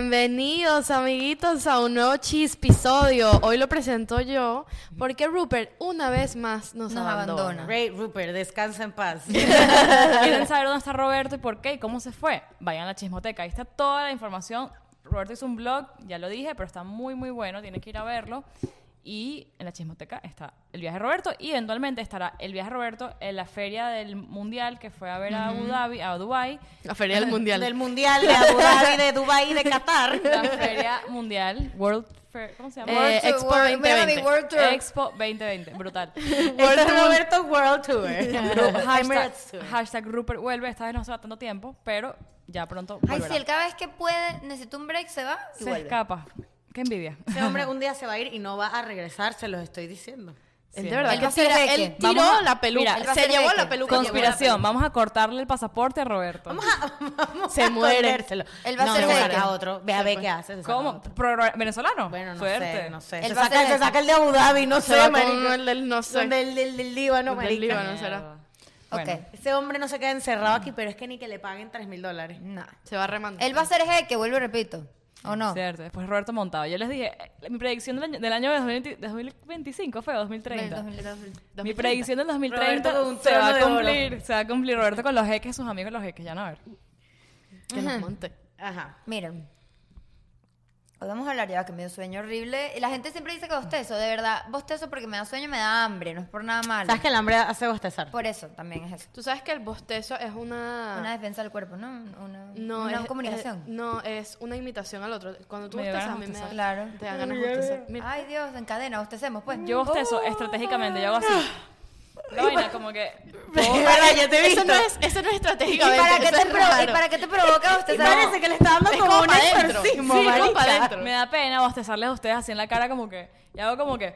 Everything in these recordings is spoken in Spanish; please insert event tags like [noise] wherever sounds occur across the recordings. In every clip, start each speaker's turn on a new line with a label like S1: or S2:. S1: Bienvenidos amiguitos a un nuevo chispisodio. Hoy lo presento yo porque Rupert una vez más nos,
S2: Nos
S1: abandona.
S2: abandona.
S3: Ray Rupert, descansa en paz.
S4: ¿Quieren saber dónde está Roberto y por qué y cómo se fue? Vayan a la chismoteca, ahí está toda la información. Roberto hizo un blog, ya lo dije, pero está muy muy bueno, tienen que ir a verlo. Y en la chismoteca está el viaje de Roberto y eventualmente estará el viaje de Roberto en la feria del mundial que fue a ver a Abu Dhabi, a Dubai,
S1: La feria del mundial.
S3: Del mundial de Abu Dhabi, de Dubai, de Qatar.
S4: la feria mundial World Fair, ¿cómo se llama?
S1: Eh,
S4: World-
S1: Expo
S2: World- Miami
S1: 2020.
S2: World Tour.
S4: Expo 2020,
S2: [laughs]
S4: brutal.
S3: Este es Roberto World Tour.
S4: Ru- hashtag,
S3: Emirates Tour.
S4: hashtag Rupert vuelve, esta vez no se va tanto tiempo, pero ya pronto
S2: Ay,
S4: volverá.
S2: si él cada vez que puede, necesita un break, se va y
S4: se
S2: vuelve.
S4: escapa. Qué envidia.
S3: Ese hombre un día se va a ir y no va a regresar, se los estoy diciendo.
S1: Él
S4: Sí,
S1: de verdad
S2: él
S1: que
S2: va a ser
S1: tira-
S2: de
S1: él
S2: que-
S1: tiró
S4: vamos a-
S1: la peluca.
S4: mira,
S2: él va a
S1: se
S2: ser
S1: llevó
S2: de
S1: la
S2: que-
S1: peluca.
S4: Conspiración, vamos a cortarle el pasaporte a Roberto. Vamos a
S1: Se muere.
S3: escondérselo.
S2: Él va a
S3: no,
S2: ser
S3: se
S2: de
S3: saca
S2: que-
S3: otro. Ve a ver qué hace. se saca
S4: ¿Cómo?
S3: otro.
S4: ¿Pro- ¿Venezolano?
S3: Bueno, no
S4: Suerte.
S3: sé, no sé.
S2: Él
S3: Se
S2: va a
S3: saca,
S2: ser de
S3: se
S2: que-
S3: saca el de Abu Dhabi, no
S1: Se
S3: sé,
S1: va
S3: marico.
S1: con el del no sé.
S3: Del, del, del Líbano,
S1: Del
S3: marica.
S1: Líbano será.
S4: Bueno,
S2: Ok.
S3: Ese hombre no se queda encerrado aquí, pero es que ni que le paguen 3 mil dólares.
S2: No.
S1: Se va remando.
S2: Él va a ser jeque, vuelvo y repito. ¿O no?
S4: Cierto. Después Roberto Montado. Yo les dije, eh, mi predicción del año, del año 2020 2025 fue o 2030.
S2: Del 2012.
S4: Mi predicción del 2030
S3: Roberto con un
S4: se va
S3: trono
S4: a
S3: de oro.
S4: cumplir. Se va a cumplir Roberto con los jeques, sus amigos los jeques. Ya no, a ver.
S1: Que los monte.
S3: Ajá.
S2: Miren. Hoy vamos a hablar ya que me dio sueño horrible. Y la gente siempre dice que bostezo. De verdad, bostezo porque me da sueño, me da hambre. No es por nada malo.
S3: ¿Sabes que el hambre hace bostezar?
S2: Por eso también es eso.
S1: Tú sabes que el bostezo es una...
S2: Una defensa del cuerpo, ¿no? Una,
S1: Ah. no,
S2: una
S1: es,
S2: comunicación.
S1: es- no, es una imitación al otro. Cuando tú
S4: Me dio
S1: bostezas, a
S4: ganas
S1: mí
S4: de
S1: me da,
S2: bostezar. Claro.
S1: te dan ganas de bostezar. Mira.
S2: Ay, Dios, en cadena, bostecemos, pues.
S4: Yo
S3: Oh.
S4: bostezo estratégicamente. Yo hago así. La vaina como que...
S3: Para, yo te he
S1: Eso
S3: visto.
S1: no es, eso no es
S2: ¿Y
S1: estratégicamente.
S2: para, qué
S1: eso
S2: te
S1: es
S2: provo- y
S1: raro.
S2: para qué te provoca bostezar?
S3: Parece que le está dando
S1: Es
S3: como
S1: como
S3: un
S1: pa' dentro.
S3: exorcismo,
S1: Sí, como
S3: marica.
S1: pa' dentro.
S4: Me da pena bostezarles a ustedes así en la cara como que... Y hago como que...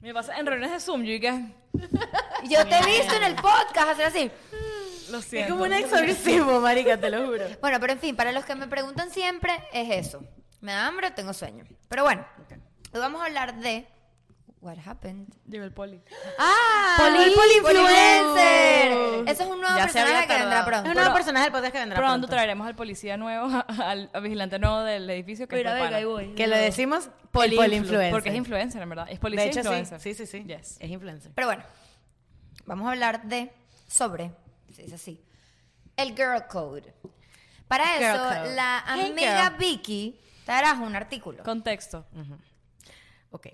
S4: Me pasa en reuniones de Zoom, yo y que...
S2: Yo te he visto en el podcast hacer así.
S4: Lo siento.
S3: Es como un exorcismo, marica, te
S1: [laughs]
S3: lo juro.
S2: Bueno, pero en fin, para los que me preguntan siempre, es eso. Me da hambre o tengo sueño. Pero bueno, hoy vamos a hablar de... What happened?
S4: Llegó el poli.
S2: ¡Ah!
S1: Poli-
S2: ¡El
S1: Poli-
S2: ¡Poliinfluencer! Ese es un nuevo
S1: Ya se había
S2: personaje que vendrá
S1: tardado.
S2: pronto.
S3: Es un nuevo personaje del podcast que vendrá
S4: Pronto
S3: pronto.
S4: traeremos al policía nuevo, [laughs] al, al vigilante nuevo del edificio que prepara.
S3: Que le decimos
S1: Poli-
S3: poliinfluencer.
S4: Porque es influencer, en verdad. Es policía
S3: De hecho,
S4: influencer.
S3: sí. Sí, sí, sí.
S4: Yes.
S3: Es influencer.
S2: Pero bueno, vamos a hablar de sobre, se dice así, el girl code. Para
S3: Girl
S2: eso,
S3: code.
S2: la
S3: Hey,
S2: amiga
S3: girl.
S2: Vicky trajo un artículo.
S4: Contexto.
S3: Ok.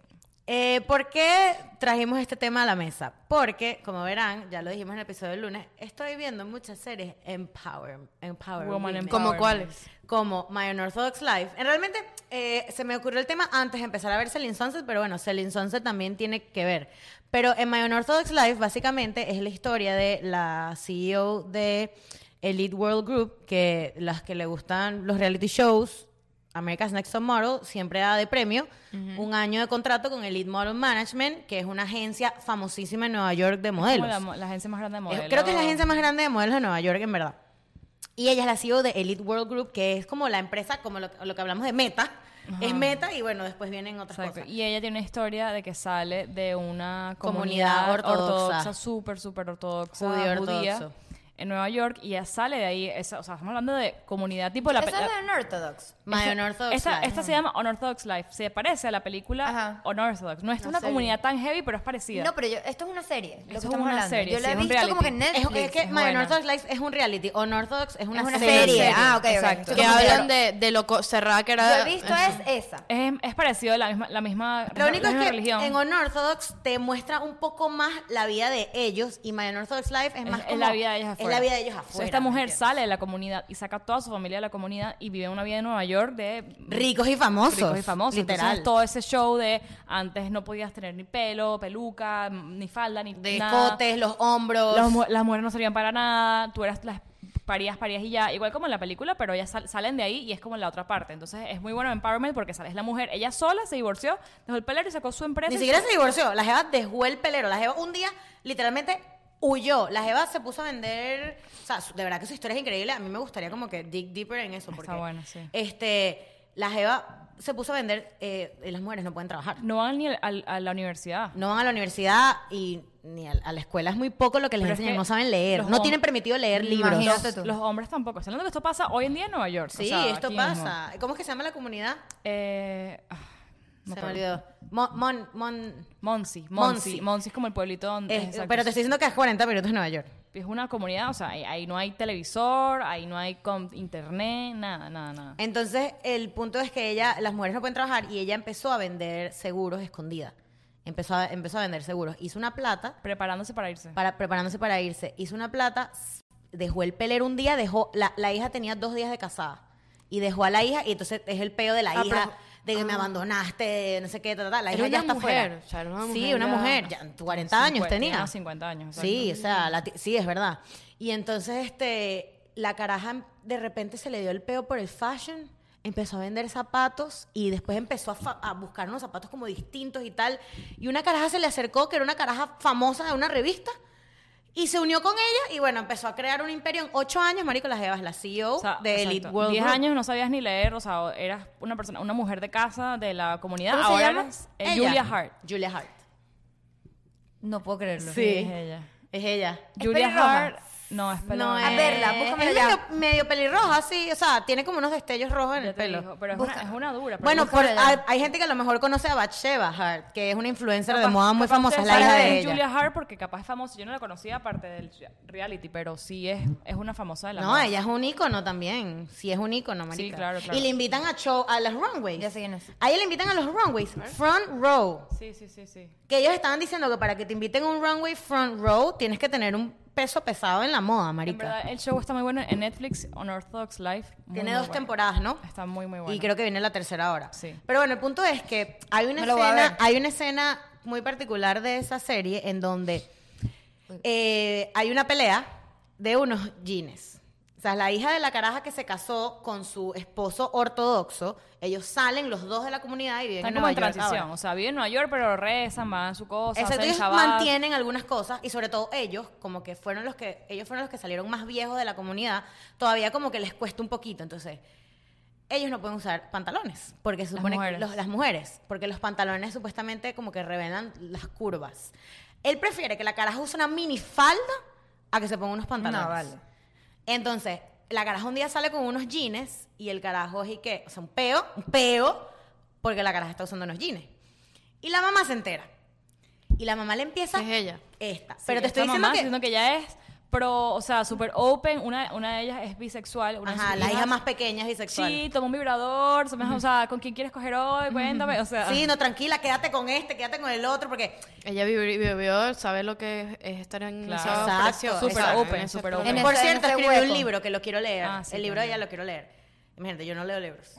S3: Eh, ¿Por qué trajimos este tema a la mesa? Porque, como verán, ya lo dijimos en el episodio del lunes, estoy viendo muchas series Empower, Empower
S4: Woman
S3: Women.
S4: Empower.
S1: ¿Como
S4: Power
S1: cuáles?
S3: como My Unorthodox Life. En realmente eh, se me ocurrió el tema antes de empezar a ver Selling Sunset, pero bueno, Selling Sunset también tiene que ver. Pero en My Unorthodox Life básicamente es la historia de la CEO de Elite World Group, que las que le gustan los reality shows, America's Next Top Model siempre da de premio un año de contrato con Elite Model Management, que es una agencia famosísima en Nueva York de
S4: Como
S3: modelos.
S4: la, mo- la agencia más grande de
S3: Es-
S4: modelos.
S3: Creo que es la agencia más grande de modelos de Nueva York, en verdad. Y ella es la CEO de Elite World Group, que es como la empresa, como lo, lo que hablamos de Meta. Es Meta y bueno, después vienen otras
S4: Exacto.
S3: cosas.
S4: Y ella tiene una historia de que sale de una
S3: Comunidad
S4: comunidad,
S3: ortodoxa.
S4: ortodoxa, súper, súper ortodoxa,
S3: Judío
S4: judía,
S3: ortodoxo.
S4: en Nueva York, y ella sale de ahí, esa- o sea, estamos hablando de comunidad tipo la... pe-
S2: Eso
S4: la-
S2: es de Unorthodox.
S3: My
S4: Esta-
S3: Unorthodox
S4: Esta,
S3: Life.
S4: esta se llama Unorthodox Life. Se parece a la película
S2: Ajá.
S4: Unorthodox. No es
S1: No
S4: una
S1: sé.
S4: comunidad tan heavy, pero es parecida.
S2: No, pero yo, esto es una serie, lo que
S4: Eso es
S2: estamos
S4: una
S2: hablando.
S4: serie,
S2: yo la
S4: sí,
S2: he
S4: es un
S2: visto como que en
S4: reality.
S3: Es,
S2: Netflix.
S3: es que
S4: es
S3: My
S4: buena.
S3: Unorthodox Life es un reality. Unorthodox es una,
S2: Es una
S3: serie.
S2: serie. Ah, ok, ok.
S4: Exacto.
S2: Estoy
S1: Que
S2: confundida.
S1: hablan de, de lo co- cerrada que
S2: Yo
S1: era.
S2: he visto e- es esa.
S4: es, es parecido a la misma, la misma,
S3: Lo
S4: la
S3: único es
S4: misma
S3: que
S4: religión.
S3: en Unorthodox te muestra un poco más la vida de ellos y My Unorthodox Life es
S4: Es-
S3: más
S4: es
S3: como-
S4: la vida de ellos afuera.
S3: Es la vida de ellos
S4: Entonces,
S3: afuera.
S4: esta
S3: ¿me
S4: mujer
S3: entiendes?
S4: sale de la comunidad y saca a toda su familia de la comunidad y vive una vida en Nueva York de
S3: Ricos y famosos.
S4: ricos y famosos. Entonces,
S3: Literal.
S4: todo ese show de antes no podías tener ni pelo, peluca, ni falda, ni
S3: de
S4: nada.
S3: escotes, los hombros.
S4: Las, mu- las mujeres no servían para nada, tú eras las parías, parías y ya, igual como en la película, pero ellas sal- salen de ahí y es como en la otra parte. Entonces es muy bueno Empowerment porque sale, es la mujer, ella sola se divorció, dejó el pelero y sacó su empresa.
S3: Ni
S4: y-
S3: siquiera se divorció. La Jeva dejó el pelero. La Jeva un día literalmente huyó. La Jeva se puso a vender. O sea, su- de verdad que su historia es increíble. A mí me gustaría como que dig deeper en eso.
S4: Está
S3: Porque,
S4: bueno, sí.
S3: Este. la Jeva se puso a vender eh, y las mujeres no pueden trabajar.
S4: No van ni al- al- a la universidad.
S3: No van a la universidad y ni a, a la escuela. Es muy poco lo que les
S4: Pero es
S3: enseñan.
S4: que
S3: No saben leer.
S4: los
S3: No
S4: hom-
S3: tienen permitido leer libros.
S2: Imagínate tú.
S4: Los hombres tampoco. ¿Saben lo que esto pasa hoy en día en Nueva York? O
S3: Sí,
S4: sea,
S3: esto
S4: aquí mismo.
S3: pasa. ¿Cómo es que se llama la comunidad?
S4: Eh, ah, no
S3: se me
S4: acuerdo.
S3: olvidó. Mon, mon, mon-
S4: Monsi,
S3: Monsi.
S4: Monsi. Monsi es como el pueblito donde...
S3: es-
S4: exacto,
S3: pero te estoy diciendo que es 40 minutos de Nueva York.
S4: Es una comunidad, o sea, ahí, ahí no hay televisor, ahí no hay com- internet, nada, nada, nada.
S3: Entonces, el punto es que ella, las mujeres no pueden trabajar y ella empezó a vender seguros escondida. Empezó a, empezó a vender seguros. Hizo una plata
S4: Preparándose para irse.
S3: para preparándose para irse. Hizo una plata, s- dejó el pelero un día, dejó la, la hija tenía dos días de casada y dejó a la hija y entonces es el peo de la
S1: Ah,
S3: hija
S1: pero-
S3: de que me abandonaste, de no sé qué, ta, ta, ta. la
S1: Era
S3: hija ya
S1: una
S3: está
S1: mujer,
S3: fuera.
S1: o sea, era una
S3: sí,
S1: mujer
S3: una
S1: ya-
S3: mujer, ya 40 años
S4: Cincu- tiene
S3: tenía.
S4: unos 50 años. exacto.
S3: Sí, o sea, la ti- sí, es verdad. Y entonces, este, la caraja de repente se le dio el peo por el fashion, empezó a vender zapatos y después empezó a, fa- a buscar unos zapatos como distintos y tal. Y una caraja se le acercó, que era una caraja famosa de una revista, y se unió con ella y bueno, empezó a crear un imperio en ocho años, marico, las jevas, la CEO
S4: O sea,
S3: de
S4: exacto.
S3: Elite World
S4: 10
S3: Group.
S4: años no sabías ni leer, o sea, o- eras una persona, una mujer de casa de la comunidad.
S3: ¿Cómo se
S4: Ahora
S3: llama?
S4: eres, eh,
S3: Ella.
S4: Julia Hart.
S3: Julia Hart.
S2: No puedo creerlo.
S3: Sí.
S4: Es ella.
S3: Es ella.
S4: Julia
S2: pelirroja?
S4: Hart. No, es pelirroja.
S3: No
S2: A
S3: es-
S2: verla, búscamela
S3: es
S2: ya.
S3: medio, medio pelirroja, sí. O sea, tiene como unos destellos rojos en
S4: Ya
S3: el
S4: te
S3: pelo.
S4: digo, pero es una,
S2: Busca-
S4: es una dura. pero
S3: Bueno,
S2: Búscala
S3: por-
S2: ya.
S3: hay, hay gente que a lo mejor conoce a Bathsheba Hart, que es una influencer de
S4: Capaz-
S3: moda muy
S4: capaz
S3: famosa, es
S4: ustedes
S3: la hija
S4: saben quién
S3: de
S4: es
S3: ella.
S4: Julia Hart porque capaz es famosa. Yo no la conocía aparte del reality, pero sí es, es una famosa de la
S3: No,
S4: moda.
S3: ella es un ícono también. Sí, es un ícono, marica.
S4: claro, claro.
S3: Y le invitan a show, a las runways.
S2: Ya sé quién es.
S3: A ella le invitan a los runways, front row.
S4: Sí, sí, sí, sí.
S3: Que ellos estaban diciendo que para que te inviten a un runway front row, tienes que tener un peso pesado en la moda,
S4: En
S3: marica.
S4: verdad, el show está muy bueno en Netflix, Unorthodox Life. muy,
S3: Tiene
S4: muy
S3: dos
S4: bueno.
S3: temporadas, ¿no?
S4: Está muy, muy bueno.
S3: Y creo que viene la tercera hora.
S4: Sí.
S3: Pero bueno, el punto es que hay una,
S2: Me lo voy a
S3: escena,
S2: ver.
S3: hay una escena muy particular de esa serie en donde eh, hay una pelea de unos jeans. O sea, la hija de la caraja que se casó con su esposo ortodoxo, ellos salen los dos de la comunidad y viven
S4: Están
S3: en
S4: como
S3: Nueva
S4: en
S3: York
S4: transición.
S3: ahora.
S4: O sea, viven en Nueva York, pero rezan, van a su cosa,
S3: Exacto,
S4: hacen
S3: ellos
S4: Shabbat.
S3: mantienen algunas cosas y sobre todo ellos, como que fueron los que, ellos fueron los que salieron más viejos de la comunidad, todavía como que les cuesta un poquito, entonces ellos no pueden usar pantalones, porque se supone
S4: mujeres.
S3: que los- las mujeres, porque los pantalones supuestamente como que revelan las curvas. Él prefiere que la caraja use una minifalda a que se ponga unos pantalones.
S2: No, vale.
S3: Entonces, la caraja un día sale con unos jeans y el carajo es y que, o sea, un peo, un peo, porque la caraja está usando unos jeans. Y la mamá se entera. Y la mamá le empieza.
S1: Es ella.
S3: Esta.
S4: Sí,
S3: Pero te
S4: esta
S3: estoy diciendo
S4: mamá
S3: que.
S4: diciendo que ella es pro, o sea, super open. Una, una de ellas es bisexual. Una de
S3: Ajá,
S4: sus
S3: la
S4: hijas.
S3: hija más pequeña es bisexual.
S4: Sí, toma un vibrador. se me- O sea, ¿con quién quieres coger hoy? Cuéntame. O sea,
S3: Sí, no, tranquila, quédate con este, quédate con el otro, porque.
S1: Ella vivi- vivió, sabe lo que es estar en
S4: Claro.
S1: esa
S3: Exacto,
S1: presión,
S3: súper
S1: exacto,
S4: open,
S1: en ese
S4: súper
S1: problema.
S2: En open.
S3: Por
S2: ese-
S3: cierto,
S2: en ese
S3: escribió un
S2: hueco.
S3: libro que lo quiero leer.
S4: Ah, sí,
S3: el libro de
S4: también.
S3: ella lo quiero leer. Imagínate, yo no leo libros.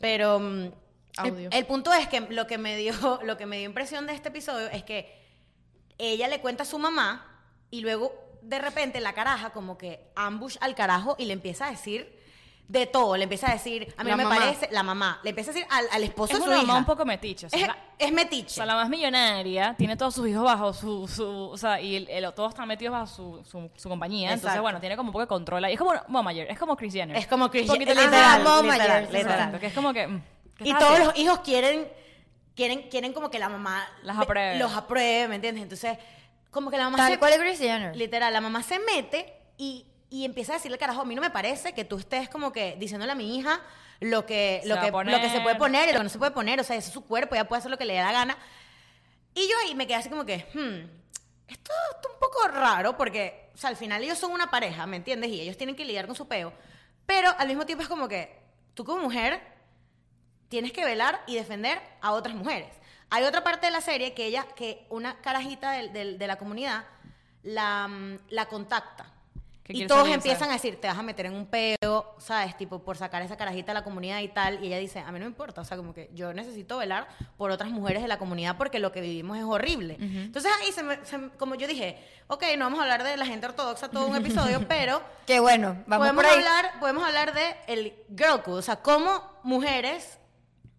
S3: Pero mm, el-
S1: Audio.
S3: El, punto es que lo que me dio, [laughs] lo que me dio impresión de este episodio es que ella le cuenta a su mamá y luego de repente la caraja como que ambush al carajo y le empieza a decir de todo, le empieza a decir, a mí
S1: La
S3: no me
S1: mamá.
S3: parece, la mamá, le empieza a decir al, al esposo
S4: es
S3: de su
S4: una mamá
S3: hija.
S4: un poco metiche. O sea,
S3: es,
S4: la-
S3: es
S4: o
S3: metiche.
S4: sea, la más millonaria, tiene todos sus hijos bajo su, su- o sea, y el, el- todos están metidos bajo su, su, su compañía. Entonces,
S3: Exacto.
S4: bueno, tiene como un poco de control ahí. Es como Momager, es como Chris Jenner.
S3: Es como Chris
S4: Un poquito
S3: Jenner,
S4: literal,
S3: literal,
S2: Mom
S3: literal,
S2: Ayers,
S3: literal.
S4: Exacto, que es como que... mm, ¿qué
S3: Y
S4: estás
S3: todos
S4: haciendo?
S3: los hijos quieren, quieren, quieren como que la mamá
S4: Las
S3: ve-
S4: apruebe.
S3: Los apruebe, ¿me entiendes? Entonces, como que la mamá
S2: Tal
S3: se-
S2: cual es Chris Jenner.
S3: literal, la mamá se mete y, y empieza a decirle, carajo, a mí no me parece que tú estés como que diciéndole a mi hija lo que,
S4: Se
S3: lo
S4: va
S3: que,
S4: a poner.
S3: lo que se puede poner y lo que no se puede poner. O sea, ese es su cuerpo, ella puede hacer lo que le dé la gana. Y yo ahí me quedé así como que, hmm, esto está un poco raro porque, o sea, al final ellos son una pareja, ¿me entiendes? Y ellos tienen que lidiar con su peo. Pero al mismo tiempo es como que tú como mujer tienes que velar y defender a otras mujeres. Hay otra parte de la serie que ella, que una carajita del- del- de, la comunidad la, mm, la contacta.
S4: Que
S3: Y
S4: quiere
S3: todos
S4: salirse.
S3: empiezan a decir, te vas a meter en un peo, ¿sabes? Tipo, por sacar esa carajita a la comunidad y tal. Y ella dice, a mí no me importa. O sea, como que yo necesito velar por otras mujeres de la comunidad porque lo que vivimos es horrible. Entonces ahí, se me- se me- como yo dije, ok, no vamos a hablar de la gente ortodoxa
S1: [laughs]
S3: todo un episodio, pero
S2: Qué bueno, vamos
S3: podemos
S2: por ahí.
S3: hablar, podemos hablar de el girl code, o sea, cómo mujeres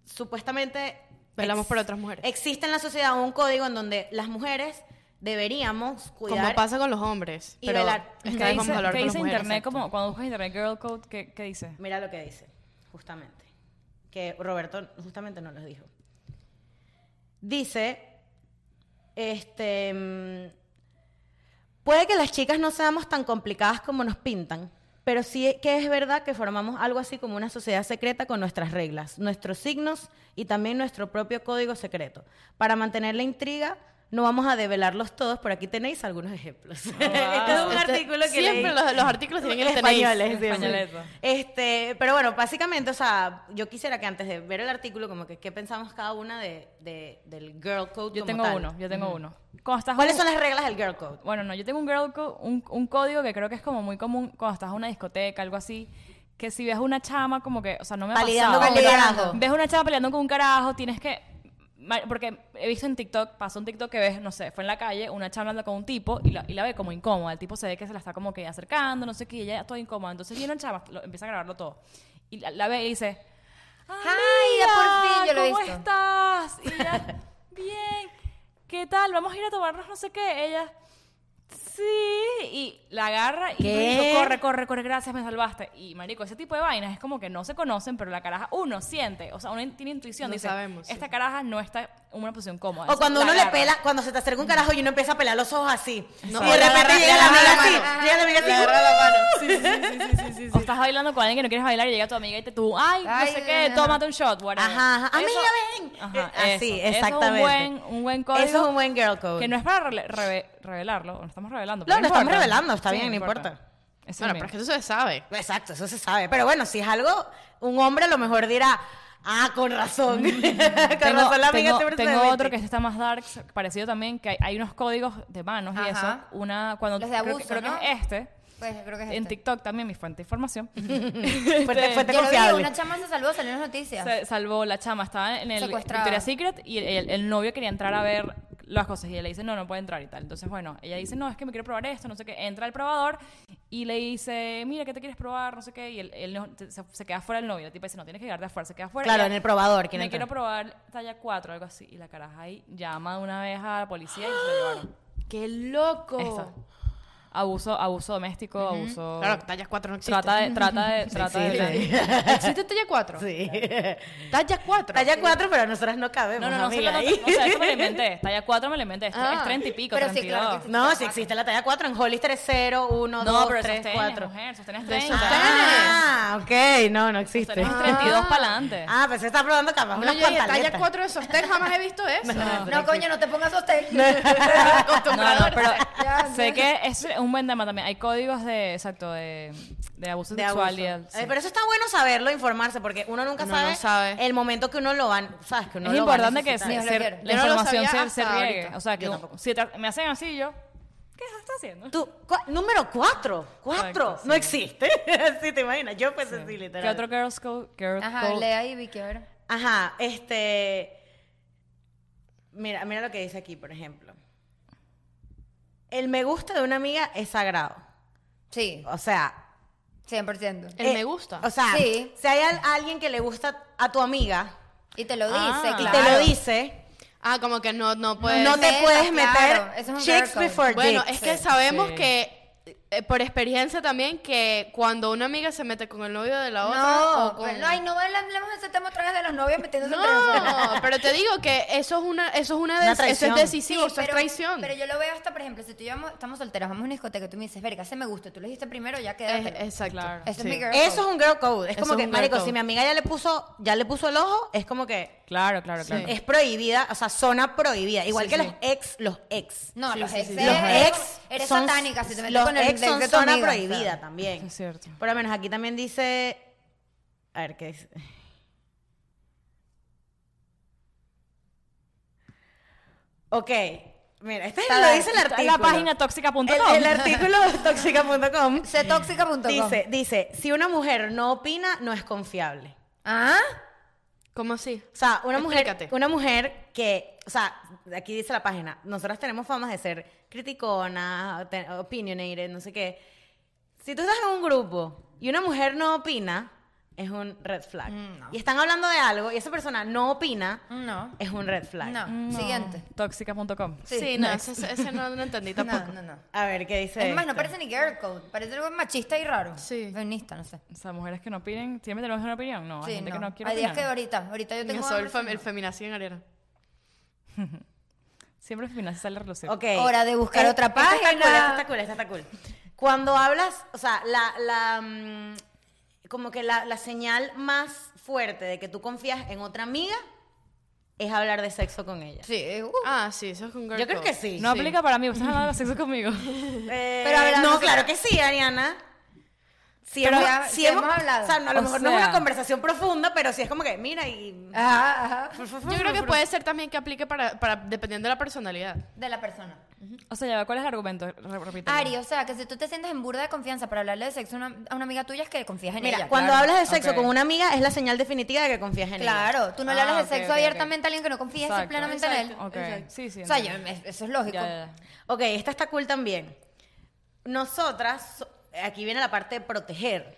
S3: supuestamente
S1: Velamos
S3: ex-
S1: por otras mujeres.
S3: Existe en la sociedad un código en donde las mujeres deberíamos cuidar.
S1: Como pasa con los hombres.
S3: y
S1: pero
S3: velar.
S1: esta
S4: ¿Qué
S1: vez
S4: dice,
S1: vamos a hablar
S4: qué
S1: con las
S4: dice
S1: mujeres.
S4: internet? Como, cuando buscas internet Girl Code, ¿qué, qué dice?
S3: Mira lo que dice, justamente. que Roberto justamente no los dijo. Dice, este, mm, puede que las chicas no seamos tan complicadas como nos pintan, pero sí que es verdad que formamos algo así como una sociedad secreta con nuestras reglas, nuestros signos y también nuestro propio código secreto. Para mantener la intriga, no vamos a develarlos todos, pero aquí tenéis algunos ejemplos. [laughs] este es un
S1: Este-
S3: artículo que
S1: Siempre
S3: leí.
S1: los, los
S4: Pues
S1: artículos tienen el tenéis.
S3: Eh, españoles, sí, sí.
S4: Españoleto.
S3: Este, pero bueno, básicamente, o sea, yo quisiera que antes de ver el artículo, como que qué pensamos cada una de, de- del girl code. como
S4: Yo tengo
S3: tal.
S4: uno, yo tengo uno. Cuando estás
S3: ¿Cuáles
S4: ju-
S3: son las reglas del girl code?
S4: Bueno, no, yo tengo un girl co- un, un código que creo que es como muy común cuando estás en una discoteca, algo así, que si ves una chama como que, o sea, no me ha
S3: Validando
S4: pasado.
S3: con un
S2: Validando.
S3: carajo.
S4: Ves una chava peleando con un carajo, tienes que ma- porque he visto en TikTok, pasó un TikTok que ves, no sé, fue en la calle, una chama hablando con un tipo y la, y la ve como incómoda, el tipo se ve que se la está como que acercando, no sé qué, y ella todo incómoda, entonces viene una chama, lo- empieza a grabarlo todo. Y la, la ve y dice,
S2: Ay, por fin yo lo he
S4: ¿cómo
S2: visto.
S4: estás? Y
S2: [laughs]
S4: ella, bien, ¿qué tal? Vamos a ir a tomarnos no sé qué. Ella, sí. Y la agarra y
S3: ¿Qué?
S4: marico, corre, corre, corre, gracias, me salvaste. Y marico, ese tipo de vainas es como que no se conocen, pero la caraja, uno siente, o sea, uno tiene intuición.
S1: No
S4: dice,
S1: sabemos, sí.
S4: esta caraja no está en una posición cómoda.
S3: O cuando
S4: La
S3: uno le
S4: agarra.
S3: pela, cuando se te acerca un carajo y uno empieza a pelar los ojos así.
S1: No,
S3: y de
S1: le
S3: repente
S1: agarra-
S3: llega
S1: le
S3: la amiga
S1: agarra la
S3: así.
S1: mano.
S3: Llega la amiga así. "Uh,
S1: Le agarra la mano. Sí, sí, sí, sí, sí, sí,
S4: O
S1: sí.
S4: estás bailando con alguien que no quieres bailar y llega tu amiga y te tú, ay,
S2: Ay,
S4: no sé qué,
S2: ajá.
S4: tómate un shot, whatever.
S3: Ajá, ajá. Amiga,
S4: Eso-
S3: ven.
S4: Ajá,
S3: Eh,
S4: eso.
S3: así,
S4: Eso es
S3: exactamente.
S4: un buen, un buen código.
S3: Eso es un buen girl code.
S4: Que no es para rele- reve- revelarlo, no estamos revelando.
S3: No,
S4: pero
S3: no estamos
S4: importa.
S3: revelando, está bien, no importa.
S4: Eso
S1: Bueno,
S4: es
S1: pero es que
S4: mío.
S1: eso se sabe.
S3: Exacto, eso se sabe. Pero bueno, si es algo, un hombre a lo mejor dirá, ah, con razón. [laughs] con
S4: Mm. tengo,
S3: razón la amiga
S4: tengo-
S3: siempre se
S4: tengo
S3: mete.
S4: otro que este está más dark, parecido también, que hay, hay unos códigos de manos y eso.
S2: Ajá.
S4: Una, cuando,
S2: Los de
S4: creo que-
S2: abuso,
S4: creo,
S2: ¿no?
S4: que es este.
S2: Pues yo creo que es
S4: En
S2: este.
S4: TikTok también, mi fuente
S2: [laughs]
S4: de información.
S3: Fuente,
S4: [laughs]
S3: fuente
S2: Yo lo vi,
S3: confiable.
S2: una chama se salvó, salió en las noticias.
S4: Se salvó la chama, estaba en el
S2: Secuestrada.
S4: Victoria's Secret y el, el- el novio quería entrar a ver las cosas y ella le dice, no, no puede entrar y tal. Entonces, bueno, ella dice, no, es que me quiero probar esto, no sé qué. Entra al probador y le dice, mira, ¿qué te quieres probar? No sé qué. Y él, él no- se, se queda fuera el novio. La tipa dice, no, tienes que quedarte afuera, se queda fuera.
S3: Claro,
S4: Ella,
S3: en el probador. ¿quién
S4: me
S3: entra?
S4: quiero probar talla 4, algo así. Y la caraja ahí llama de una vez a la policía y se lo llevaron.
S1: ¡Qué loco!
S4: Esa. Abuso, abuso doméstico, abuso...
S1: Claro, tallas 4 no existen.
S4: Trata
S1: [laughs]
S4: de, trata de, trata de
S1: eh.
S3: sí.
S1: ¿Existe talla 4?
S3: Sí.
S1: Talla 4.
S3: [laughs] Talla 4, pero nosotras no cabemos.
S4: [laughs] No, no, no,
S3: amiga,
S4: solo-
S3: ahí.
S4: no,
S3: [laughs]
S4: o sea, eso me lo inventé. Talla 4 me lo inventé. Es,
S1: Ah.
S4: es 30 y pico,
S2: Pero sí,
S4: 32.
S2: claro que
S3: No, si existe la talla 4, en Hollister es 0, 1,
S4: no,
S3: 2,
S4: pero
S3: 3,
S4: sostenes,
S3: 4.
S4: mujer, sostenes
S1: De
S4: 30.
S3: Ah, ok, no, no existe.
S4: Sostenes 32 para adelante.
S3: Ah, pues se está probando capaz
S1: No,
S3: unas
S1: yo dije, talla
S3: pantaletas.
S1: 4 de sostén, jamás he visto eso.
S2: No, coño, [laughs] no te pongas hostel.
S1: [laughs]
S4: No, no, pero
S2: Ya,
S4: sé
S2: ya.
S4: que es un buen tema también. Hay códigos de, exacto, de, de abuso
S3: de
S4: sexual
S3: abuso.
S4: y el- sí.
S3: Eh, pero eso está bueno saberlo, informarse, porque uno nunca
S1: Uno
S3: sabe,
S1: no sabe.
S3: el momento que uno lo van, sabes que uno
S4: es
S3: lo va a
S4: importante que se,
S3: necesitar.
S2: Dios lo
S4: se-
S2: quiera.
S4: la
S1: Yo no lo
S4: información
S1: sabía
S4: se, se
S1: hasta
S4: riegue.
S1: ahorita.
S4: O sea, que
S3: Yo
S4: un-
S3: tampoco.
S4: si te- me hacen así yo, ¿qué está haciendo?
S3: Tú, cua- número 4, 4,
S4: Exacto,
S3: no existe. [laughs] sí, te imaginas, yo pensé así, literal.
S4: ¿Qué otro girls code? Girl
S2: Ajá,
S4: code?
S2: lee ahí, Vicky, a ver.
S3: Ajá, este. Mira, mira lo que dice aquí, por ejemplo. El me gusta de una amiga es sagrado.
S2: Sí,
S3: O sea.
S2: 100%.
S1: El
S3: eh,
S1: me gusta.
S3: O sea,
S2: Sí.
S3: si hay al- alguien que le gusta a tu amiga
S2: Y te lo dice,
S4: Ah.
S2: claro.
S3: y te lo dice,
S1: Ah, como que no, no puede.
S3: no te
S2: metas,
S3: puedes
S2: claro, eso
S3: meter
S2: es un girl
S3: chicks
S2: code.
S3: before
S1: Bueno,
S3: dicks.
S1: es que sabemos
S4: Sí.
S1: que, eh, por experiencia también, que cuando una amiga se mete con el novio de la otra.
S2: No,
S1: o con-
S2: pues, no, ay, no hablemos de ese tema otra vez de los novios metiéndose entre nosotros.
S1: No, pero te digo que eso es una, eso es una,
S3: Una
S1: des- eso
S3: traición.
S1: es decisivo,
S2: Sí,
S1: eso es traición.
S2: Pero yo lo veo hasta, por ejemplo, si tú y yo vamos- estamos solteras, vamos a una discoteca, tú me dices, verga, ese me gusta, tú lo dijiste primero, ya queda.
S1: Es- exacto.
S4: Claro.
S2: Eso
S1: Sí.
S2: es mi girl
S3: Eso es
S2: code.
S3: un girl code. Es
S1: Eso
S3: como
S1: es
S3: que,
S1: un girl
S3: marico,
S1: code.
S3: si mi amiga ya le puso, ya le puso el ojo, es como que
S4: Claro, claro, claro.
S1: Sí.
S3: es prohibida, o sea, zona prohibida. Igual
S1: Sí,
S3: que
S1: sí.
S3: los ex, los ex.
S2: No, los ex.
S3: Los
S2: eres-
S3: ex
S2: Eres
S3: son-
S2: satánica si te metes
S3: los
S2: con el
S3: ex son
S2: de tu
S3: zona
S2: amiga, o sea.
S3: prohibida también.
S4: Eso es cierto.
S3: Por lo menos aquí también dice. A ver qué dice. Ok. Mira, este
S2: Está
S3: lo
S2: la-
S3: dice el
S4: Está en
S3: artículo.
S4: la página tóxica.com.
S3: El,
S2: [laughs]
S3: er- el artículo tóxica.com
S2: Setóxica.com.
S3: dice, dice: si una mujer no opina, no es confiable.
S2: ¿Ah?
S1: ¿Cómo así?
S3: O sea, una mujer,
S1: Explícate.
S3: una mujer que, o sea, aquí dice la página, nosotras tenemos fama de ser criticonas, te- opinionated, no sé qué. Si tú estás en un grupo y una mujer no opina, es un red flag.
S2: Mm, no.
S3: Y están hablando de algo y esa persona no opina,
S2: No.
S3: es un red flag.
S2: No. Siguiente.
S4: Tóxica.com.
S1: Sí, no, ese, ese no lo entendí
S2: [laughs] No,
S1: tampoco.
S2: no, no.
S3: A ver, ¿qué dice?
S2: Es más, no
S3: esto?
S2: parece ni girl code. Parece algo machista y raro.
S1: Sí.
S2: Feminista, no sé.
S4: O sea, mujeres que no opinen, siempre tenemos una opinión. No, hay
S2: Sí,
S4: gente
S2: no.
S4: que no quiere
S2: Hay días
S4: opinar.
S2: que ahorita, ahorita yo
S1: Yo
S2: tengo
S1: soy el,
S2: hambre,
S1: fem- el
S2: sí,
S1: feminazi en Ariana.
S4: Siempre al final se sale a relucir.
S3: Ok.
S2: Hora de buscar
S3: Eh,
S2: otra
S3: esta está
S2: página.
S3: cool, Esta está cool, esta está cool. Cuando hablas, o sea, la, la mm, como que la, la señal más fuerte de que tú confías en otra amiga es hablar de sexo con ella.
S2: no. Sí, uh.
S1: Ah, sí, eso es un girl
S3: Yo creo
S1: code.
S3: que sí.
S4: No aplica para mí, estás hablando de sexo conmigo.
S3: [laughs] Eh,
S2: Pero hablamos
S3: no,
S2: de-
S3: claro que sí, Ariana. Sí,
S2: Pero
S3: hemos,
S2: ya-
S3: sí
S2: sí
S3: hemos-
S2: hemos hablado.
S3: O sea, no, a lo
S4: O
S3: mejor no es
S4: sea-
S3: una conversación profunda, pero sí es como que, mira, y.
S2: Ajá, ajá.
S1: Yo creo que puede ser también que aplique para, para dependiendo de la personalidad.
S2: De la persona.
S4: O sea, ya va, ¿cuál es el argumento? Re- repítelo.
S2: Ari, o sea, que si tú te sientes en burda de confianza para hablarle de sexo a una, a una amiga tuya es que confías en
S3: Mira,
S2: ella.
S3: cuando
S2: claro.
S3: hablas de sexo
S4: ok.
S3: con una amiga es la señal definitiva de que confías en ella.
S2: Claro, tú no le
S4: Ah,
S2: hablas de
S4: ok,
S2: sexo
S4: ok, ok.
S2: abiertamente a alguien que no confíes
S4: Exacto.
S2: plenamente en él.
S4: Ok,
S1: Exacto.
S4: sí, sí.
S2: O sea,
S4: entiendo.
S2: yo- es- eso es lógico.
S4: Ya, ya, ya.
S3: Ok, esta está cool también. Nosotras, so- aquí viene la parte de proteger.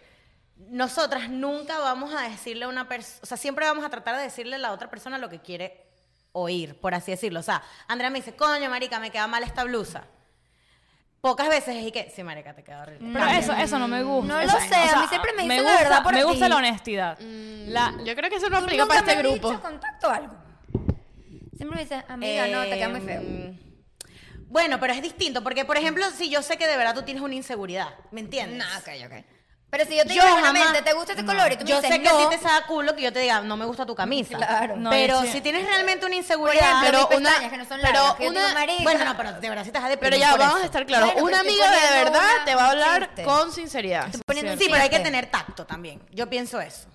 S3: Nosotras nunca vamos a decirle a una persona, o sea, siempre vamos a tratar de decirle a la otra persona lo que quiere oír, por así decirlo. O sea, Andrea me dice, coño, marica, me queda mal esta blusa. Pocas veces es y que, sí, marica, te queda horrible.
S2: Mm,
S4: Pero eso, eso no me gusta.
S2: No
S4: O
S2: lo
S4: sea,
S2: sé,
S4: o sea,
S2: a mí siempre me dicen la
S4: gusta,
S2: verdad por
S4: Me gusta
S2: ti.
S4: la honestidad. La,
S1: Yo creo que eso no
S2: ¿Tú
S1: aplica
S2: nunca
S1: para este
S2: me has
S1: grupo.
S2: dicho contacto o algo? Siempre me dicen, amiga, no, te queda muy feo.
S3: Em, Bueno, pero es distinto, porque, por ejemplo, si yo sé que de verdad tú tienes una inseguridad, ¿me entiendes?
S2: No, ok, ok. Pero si yo te digo
S3: Yo jamás-
S2: realmente, ¿te gusta este color? Y tú me
S3: Yo
S2: dices,
S3: sé que
S2: no,
S3: sí te saca culo que yo te diga, no me gusta tu camisa.
S2: Claro.
S4: No,
S3: pero
S4: yo sí-
S3: si tienes realmente una
S2: por
S3: inseguridad.
S2: ejemplo,
S1: pero
S2: mis
S1: una-
S2: pestañas que no son
S1: pero
S2: largas, que yo
S1: una-
S2: tengo marica.
S3: Bueno, no, pero de verdad sí te vas a deprimir
S1: Pero ya,
S3: por
S1: vamos
S3: eso.
S1: a estar claros.
S2: Bueno,
S1: una
S2: pero estoy
S1: amiga de
S2: poniendo
S1: verdad
S2: una-
S1: te va a
S2: un
S1: hablar
S2: chiste.
S1: con sinceridad.
S2: Estoy poniendo un
S3: Sí, pero hay que
S2: chiste.
S3: tener tacto también. Yo pienso eso.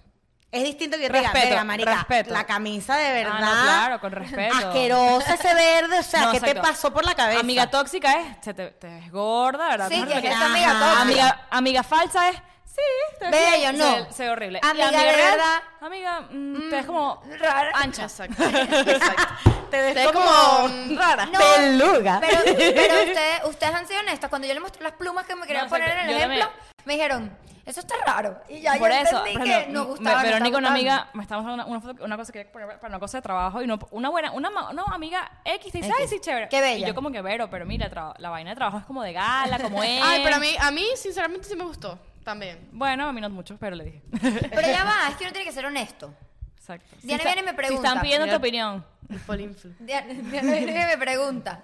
S3: Es distinto que yo te
S4: Respeto,
S3: diga, "Verga, marica,
S4: respeto.
S3: la camisa de verdad.
S4: Ah, no, claro, con respeto.
S3: Asquerosa ese verde, o sea,
S4: No,
S3: ¿qué te
S4: exacto.
S3: pasó por la cabeza?
S4: Amiga tóxica es, te, te, te ves gorda, ¿verdad?
S2: Sí,
S4: No,
S2: que
S4: no,
S2: es
S4: que-
S2: esta amiga
S3: Ajá.
S2: tóxica.
S4: Amiga, amiga falsa es, sí, te ves
S2: Bello,
S4: bien.
S2: no.
S4: Se, se ve horrible. Y
S2: Amiga de
S4: real,
S2: verdad.
S4: Amiga, mm, te ves como
S2: Rara.
S4: ancha.
S1: [laughs] Exacto. Exacto.
S3: te ves
S1: Te como,
S3: como
S1: mm, rara.
S2: No,
S3: peluga.
S2: Pero,
S4: [laughs]
S2: pero ustedes, ustedes han sido honestas. Cuando yo les mostré las plumas que me querían
S4: No,
S2: poner en
S4: exacto.
S2: el
S4: Yo
S2: ejemplo,
S4: también.
S2: me dijeron, eso está raro. Y ya
S4: por
S2: yo
S4: eso,
S2: entendí
S4: por
S2: que
S4: ejemplo,
S2: no
S4: me-
S2: gustaba. no estaba
S4: Verónica, una
S2: gustando.
S4: amiga, me estaba mostrando una, una foto, una cosa que quería poner para una cosa de trabajo y no, una buena, una, ma- una amiga X te dice,
S2: X.
S4: ay, sí, chévere.
S2: Qué bella.
S4: Y yo como que, Vero, pero mira, tra- la vaina de trabajo es como de gala,
S2: [laughs]
S4: como
S2: Eh,
S4: es.
S1: Ay, pero a mí, a mí, sinceramente, sí me gustó. También.
S4: Bueno, a mí no muchos, pero le dije. [laughs]
S2: Pero ya va, es que uno tiene que ser honesto.
S4: Exacto.
S2: Diana
S4: está-
S2: viene y me pregunta.
S4: Si están pidiendo tu
S2: Mira-
S4: opinión.
S2: Diana, Diana viene y me pregunta,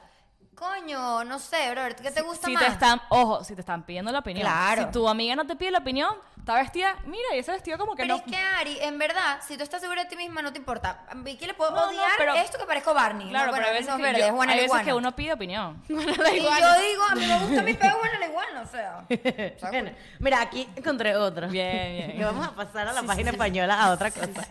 S2: coño, no sé, brother, ¿qué te gusta
S4: Si
S2: más?
S4: te están, ojo, si te están pidiendo la opinión.
S2: Claro.
S4: Si tu amiga no te pide la opinión, está vestida, mira, y ese vestido como que
S2: Pero
S4: no.
S2: es que Ari, en verdad, si tú estás segura de ti misma, no te importa. A mí, ¿Qué le puedo
S4: No, no,
S2: odiar?
S4: pero-
S2: Esto que parezco Barney.
S4: Claro,
S2: no, bueno,
S4: pero a veces,
S2: no,
S4: que
S2: verde,
S4: yo-
S2: Juana
S4: hay veces
S2: Leguana.
S4: que uno
S2: [laughs]
S4: pide opinión.
S2: Y yo digo, a mí me gusta mi peo Juana Leguana, o
S4: [laughs]
S2: sea.
S3: [laughs] Bueno, mira, aquí encontré otro.
S4: Bien, bien.
S3: Que vamos a pasar a la página española a otra cosa.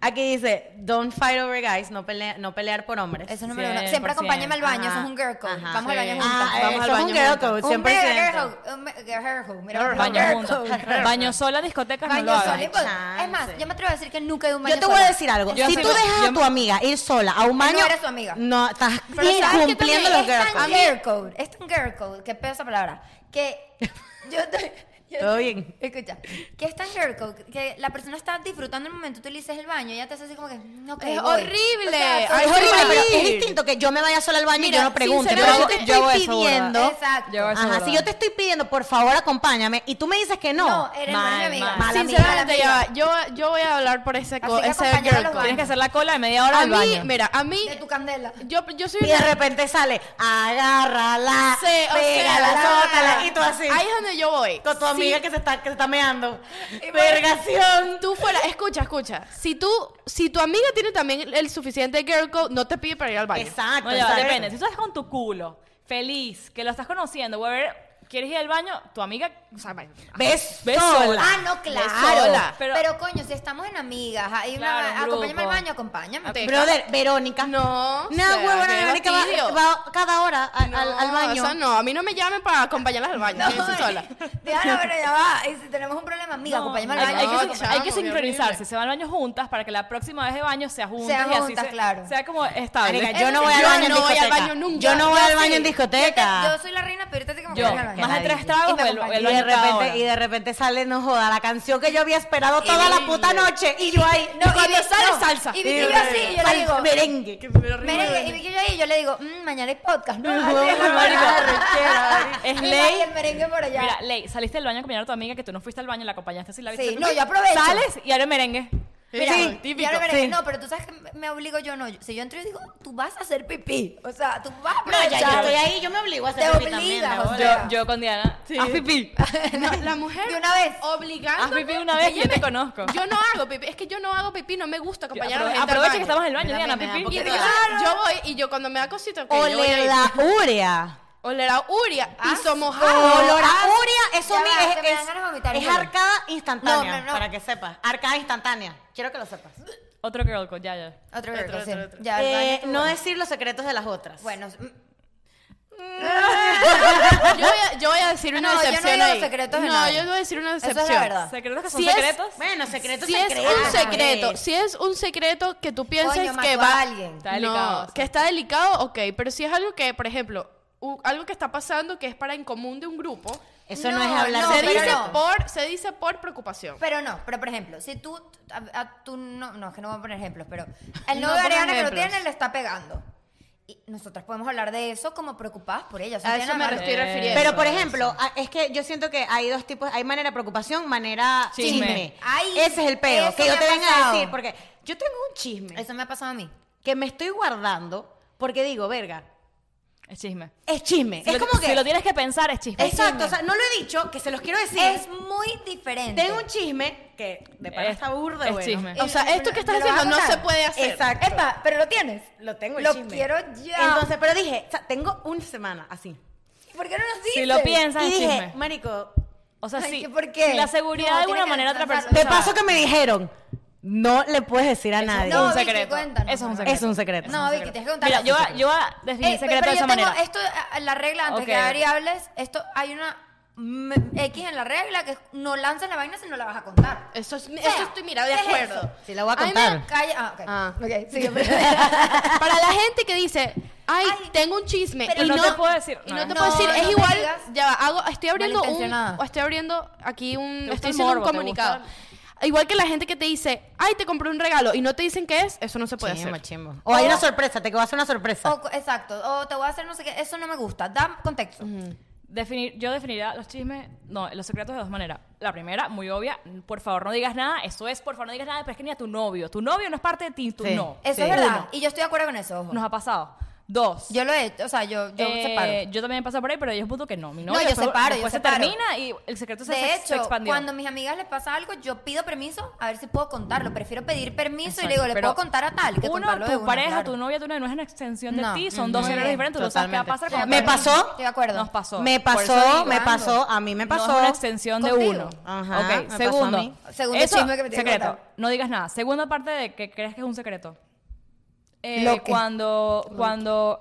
S3: Aquí dice, don't fight over guys, no, pelea- no pelear por hombres.
S2: Eso es número uno. Siempre acompáñame al baño, eso es un girl code.
S3: Ajá.
S2: Vamos al baño
S4: Sí.
S2: juntas.
S3: Ah,
S1: Vamos
S3: eso
S1: al
S3: es un
S1: baño
S3: girl
S1: juntas.
S3: code,
S2: Un
S3: 100%.
S2: girl code, un girl code, mira,
S1: Girl
S2: baño
S4: Baño
S2: juntas.
S4: juntos. Baño sola, discotecas,
S2: Baño
S4: no lo hagas.
S2: sola y pues,
S3: Chance.
S2: Es más, yo me atrevo a decir que nunca he ido a un baño
S3: Yo te voy a
S2: sola.
S3: decir algo.
S4: Yo
S3: si
S4: sí
S3: tú
S4: lo-
S3: dejas
S4: yo
S3: a
S4: me-
S3: tu amiga ir sola a un
S2: no
S3: baño,
S2: eres su amiga.
S3: No, estás
S2: Pero ¿sabes qué
S3: incumpliendo los
S2: también?
S3: girl
S2: Es tan girl
S3: codes.
S2: code, es tan girl code, que pedo esa palabra, que yo te... yo-
S3: Todo bien.
S2: Escucha, que es tan girl code, que la persona está disfrutando el momento, tú le dices el baño, y ella te hace así como que, "Mm, ok,
S1: Es
S2: voy".
S1: horrible.
S2: O sea,
S1: Ay,
S3: Es
S1: Yo
S3: horrible,
S1: voy a
S3: pero es
S1: ir.
S3: distinto que yo me vaya sola al baño
S1: Mira,
S3: y yo no pregunto. Yo,
S1: sinceramente,
S3: te
S1: yo
S3: estoy
S4: hago eso, gorda.
S3: pidiendo.
S2: Exacto.
S4: Yo hago eso,
S3: Ajá,
S4: gorda.
S3: si yo te estoy pidiendo, por favor, acompáñame, y tú me dices que no.
S2: No, eres
S3: mal,
S2: buena amiga.
S3: mal,
S2: Mala amiga,
S1: sinceramente,
S2: mala
S1: ya
S2: amiga.
S1: va. Yo, yo voy a hablar por ese, co-
S2: Así que
S1: ese
S2: acompañar a
S1: girl
S2: los
S1: code.
S2: baños.
S4: Tienes que hacer la cola de media hora
S1: A
S4: al
S1: mí,
S4: baño.
S1: mira, a mí,
S2: de tu candela.
S1: yo, yo soy
S3: Y de
S1: una-
S3: repente sale, agárrala,
S1: Sí, o
S3: pégala,
S1: sea,
S3: sótala, y tú así,
S1: Ahí es donde yo voy.
S3: con tu
S1: Si
S3: amiga que se está, que se está meando.
S1: Y Eh, bueno,
S3: Vergación.
S1: Tú fuera, escucha, escucha. Si tú, si tu amiga tiene también el suficiente girl code, no te pide para ir al baño.
S3: Exacto,
S4: No, ya,
S3: exacto.
S4: depende. Si tú estás con tu culo, feliz, que lo estás conociendo, voy a ver, quieres ir al baño, tu amiga, o sea, va-
S3: Ves,
S4: Ves
S3: sola.
S4: sola.
S2: Ah, no,
S1: sola.
S2: claro. Pero,
S4: Pero-
S2: coño, si estamos en amigas, hay una-
S4: Claro, un
S2: acompáñame al
S4: grupo.
S2: baño, acompáñame.
S1: Te-
S3: Brother, Verónica.
S1: No,
S3: No,
S1: o sea,
S3: huevona,
S1: qué
S3: Verónica va-
S1: fastidio.
S3: va, cada hora a- al, al
S1: No,
S3: baño.
S1: O sea, no, a mí no me llamen para acompañarlas al baño.
S2: No,
S1: yo soy sola.
S2: Diana, pero ya va. Y si tenemos un problema, amiga,
S4: No,
S2: acompáñame al
S4: hay,
S2: baño.
S4: hay que,
S1: No,
S4: sin- hay que
S1: chamo, qué
S4: sincronizarse,
S1: horrible.
S4: se van al baño juntas para que la próxima vez de baño sea juntas
S2: Sean
S4: y así
S2: juntas,
S4: se-
S2: claro.
S4: sea como estable.
S3: Marica,
S1: Eso
S3: yo no
S1: sí,
S3: voy al
S1: yo
S3: baño en
S1: no voy al
S3: discoteca.
S1: baño nunca.
S3: Yo no voy
S1: Yo
S3: al baño
S1: sí.
S3: en
S2: Yo, te-
S3: discoteca.
S2: yo soy la reina, pero yo te digo que
S4: Yo,
S2: acompáñame al
S3: que
S4: Más de
S3: nadie-
S4: tres tragos,
S2: Y me
S4: vuelvo-
S2: acompañó.
S3: Y
S4: vuelvo a
S3: de,
S4: entrar ahora.
S3: repente, y de repente sale, no joda, la canción que yo había esperado toda la puta noche. Y yo ahí,
S2: No, y
S3: cuando
S2: vi-
S3: sale
S2: no,
S3: salsa.
S2: y vi que iba así, y yo le
S3: Salsa,
S2: digo-
S3: merengue.
S2: Merengue, y vi que yo ahí, yo le digo, "Mm, mañana hay podcast, ¿no? [laughs]
S3: No, marica, arrechera,
S4: Es
S2: Y
S4: ley.
S2: va el merengue por allá.
S4: Mira, Ley, saliste del baño a acompañar a tu amiga que tú no fuiste al baño, la acompañaste así la viste.
S2: Sí,
S4: tú-
S2: no, yo aprovecho.
S4: Sales y ahora el merengue.
S2: Mira,
S3: Sí,
S2: y ahora
S4: típico,
S2: merengue.
S3: sí.
S2: No, pero tú sabes que me obligo yo, no. Si yo entro y digo, "Mm, tú vas a hacer pipí. O sea, tú vas a
S3: No, ya,
S2: aprovechar.
S3: yo estoy ahí, yo me obligo a hacer
S2: Te
S3: pipí
S2: obligas,
S3: de
S2: o
S3: bola.
S2: sea.
S4: Yo, yo con Diana. Ah, Haz pipí.
S1: No, la mujer
S2: De una vez.
S4: Haz
S1: obligando.
S4: pipí Ah, una vez y yo te conozco.
S1: Yo no hago pipí, es que yo no hago pipí, no me gusta acompañar a la
S4: Aprove-
S1: gente. al
S4: Aprovecha que
S1: baño.
S4: estamos en el baño,
S2: Me da
S4: Diana,
S2: pena,
S4: pipí.
S2: porque-
S1: Y
S2: Claro.
S1: entonces, yo voy y yo cuando me da cosita, ok, yo voy a ir.
S3: Oledaúrea.
S1: Oler a uria, piso mojado.
S3: Olor a
S2: ah,
S3: urea, eso
S2: ya
S3: a mí
S2: va,
S3: es,
S2: que me dan
S3: es-
S2: ganas de vomitar,
S3: es
S2: juro.
S3: arcada instantánea,
S2: No, no, no.
S3: para que sepas. Arcada instantánea. Quiero que lo sepas.
S4: Otro girl code, ya, ya.
S2: Otro, otro,
S1: otro,
S2: sí.
S1: otro, otro.
S2: Ya, el baño
S3: Eh,
S2: estuvo
S3: no
S2: bueno.
S3: decir los secretos de las otras.
S2: Bueno, mm,
S1: Yo voy, a, yo voy a decir una
S2: No, yo no
S1: decepción
S2: digo los
S1: ahí.
S2: secretos de
S1: No,
S2: nadie.
S1: yo voy a decir una
S2: Eso es la
S1: decepción.
S2: verdad.
S4: Secretos que son
S1: Si es-
S4: secretos.
S3: Bueno, secretos
S1: Si es
S3: secretos.
S1: un
S2: secreto,
S1: secreto,
S2: pues.
S1: si es un secreto que tú piensas
S2: Coño, mató
S1: que
S2: a
S1: va
S2: alguien.
S4: Está delicado,
S1: no,
S4: sí.
S1: que está delicado, ok, pero si es algo que, por ejemplo, u- algo que está pasando que es para en común de un grupo,
S3: Eso no,
S2: No,
S3: es hablar
S2: no,
S3: de
S1: se
S2: pero
S1: dice
S3: secretos.
S1: por se dice por preocupación.
S2: Pero no, pero por ejemplo, si tú, a, a- tú no, no, es que no voy a poner ejemplos, pero el
S1: No
S2: novio de
S1: pongas
S2: Ariana que lo
S1: ejemplos.
S2: tiene le está pegando. Y nosotras podemos hablar de eso como preocupadas por ella. o sea,
S1: A
S2: no
S1: eso
S2: tiene
S1: me
S2: nada
S1: estoy
S2: malo.
S4: Eh.
S1: refiriendo.
S3: Pero, por ejemplo, a- es que yo siento que hay dos tipos, hay manera de preocupación, manera
S4: Chisme.
S3: chisme.
S2: Ay,
S3: Ese es el peo,
S2: eso
S3: que yo
S2: me
S3: te
S2: ha
S3: venga a
S2: pasado.
S3: decir, porque yo tengo un chisme
S2: Eso me ha pasado a mí.
S3: que me estoy guardando porque digo, verga,
S4: Es chisme.
S3: es chisme.
S4: Si
S3: es
S4: lo-
S3: como que...
S4: Si lo tienes que pensar, es chisme.
S3: exacto, o sea, no lo he dicho, que se los quiero decir.
S2: Es muy diferente.
S3: tengo un chisme que de pana
S4: Es-
S3: está burda
S4: es
S3: bueno.
S4: chisme.
S1: o sea, esto que estás
S2: ¿Me lo vas a
S1: diciendo no
S2: contar?
S1: se puede hacer.
S3: Exacto.
S2: Epa, pero lo tienes.
S3: Lo tengo el
S2: Lo
S3: chisme.
S2: quiero ya.
S3: Entonces, pero dije, o sea, tengo una semana así.
S2: ¿Por qué no nos dices?
S4: Si lo piensas,
S3: Y
S4: es
S3: dije,
S4: chisme.
S3: marico,
S4: O sea,
S2: Ay,
S4: si,
S2: ¿que por qué?
S4: si la seguridad
S2: No,
S4: de alguna
S2: tiene que
S4: manera a otra
S2: descansar.
S4: persona.
S3: de paso que me dijeron, no le puedes decir a nadie.
S2: No,
S4: un
S2: Vicky,
S4: secreto.
S2: cuéntanos.
S4: Eso es un secreto.
S3: es un secreto.
S2: No, Vicky, tienes que contar.
S4: Mira, yo voy a- yo voy a definir
S2: Ey,
S4: secreto
S2: Eh, pero
S4: de
S2: yo
S4: esa
S2: tengo este-
S4: manera.
S2: Esto, a- la regla antes
S4: Ok,
S2: que
S4: ok.
S2: Ari hables, esto hay una mm, X en la regla que es no lanzas la vaina si no la vas a contar.
S1: Eso
S4: Eh,
S1: es,
S2: O sea,
S1: eso estoy, mira, de
S2: ¿qué es
S1: acuerdo.
S2: eso?
S3: Sí, la voy a
S1: Ay, me-
S3: contar.
S2: Calla. Ah, ok.
S1: Ah.
S2: [laughs] ok, sigue.
S4: [laughs]
S1: Para la gente que dice, ay,
S2: Ay,
S1: tengo un chisme
S2: pero
S1: y
S4: no
S1: no,
S4: te puedo decir
S1: y
S4: nada.
S1: no te
S2: No,
S1: puedo decir,
S2: no
S1: es
S2: me
S1: igual,
S2: digas.
S1: ya va, hago, estoy abriendo un,
S2: Malintencionada.
S1: o estoy abriendo aquí un,
S4: gusta
S1: estoy
S4: el
S1: haciendo
S4: morbo,
S1: un
S4: te
S1: comunicado.
S4: gusta
S1: Igual que la gente que te dice, ay, te compré un regalo y no te dicen qué es, eso no se puede
S3: Chimbo,
S1: hacer.
S3: chimbo. O hay una sorpresa, te que va a hacer una sorpresa.
S2: O co- exacto. O te voy a hacer no sé qué. Eso no me gusta. Da contexto.
S4: Definir, yo definiría los chismes, no, los secretos de dos maneras. La primera, muy obvia, por favor no digas nada. Eso es, por favor no digas nada, pero es que ni a tu novio. Tu novio no es parte de ti, tú
S3: Sí.
S4: no.
S2: Eso
S3: Sí.
S2: es verdad.
S3: Uno.
S2: Y yo estoy de acuerdo con eso. ojo.
S4: Nos ha pasado. Dos.
S2: Yo lo he hecho. O sea, yo, yo
S4: eh,
S2: separo.
S4: yo también he pasado por ahí, pero hay un punto que no. Mi
S2: No,
S4: novio
S2: yo
S4: después-
S2: separo, yo
S4: después se
S2: separo.
S4: termina y el secreto se,
S2: De
S4: se- se
S2: hecho,
S4: expandió.
S2: cuando a mis amigas les pasa algo, yo pido permiso a ver si puedo contarlo. Prefiero pedir permiso y
S4: Exacto,
S2: le digo, le
S4: pero
S2: puedo contar a tal. Que
S4: uno,
S2: contarlo de
S4: tu
S2: una,
S4: pareja,
S2: claro.
S4: tu novia, tu novia no es una extensión de
S2: No.
S4: ti, son dos
S2: Muy
S4: géneros
S2: bien,
S4: diferentes, tú no sabes qué va a pasar
S3: Totalmente.
S4: cuando
S3: Me
S4: termines.
S3: pasó.
S2: Estoy de acuerdo.
S4: Nos pasó.
S3: Me
S4: Por eso
S3: pasó,
S4: digo,
S3: me
S2: ¿cuándo?
S3: pasó, a mí me pasó.
S4: No es una extensión de
S2: Contigo.
S4: uno.
S3: Ajá,
S4: Ok,
S3: me pasó a
S4: segundo.
S3: mí.
S2: Segundo
S4: Eso,
S2: chisme que me tiene que
S4: secreto.
S2: contar.
S4: No digas nada. Segunda parte de que crees que es un secreto. Eh,
S2: Lo que-
S4: Cuando, cuando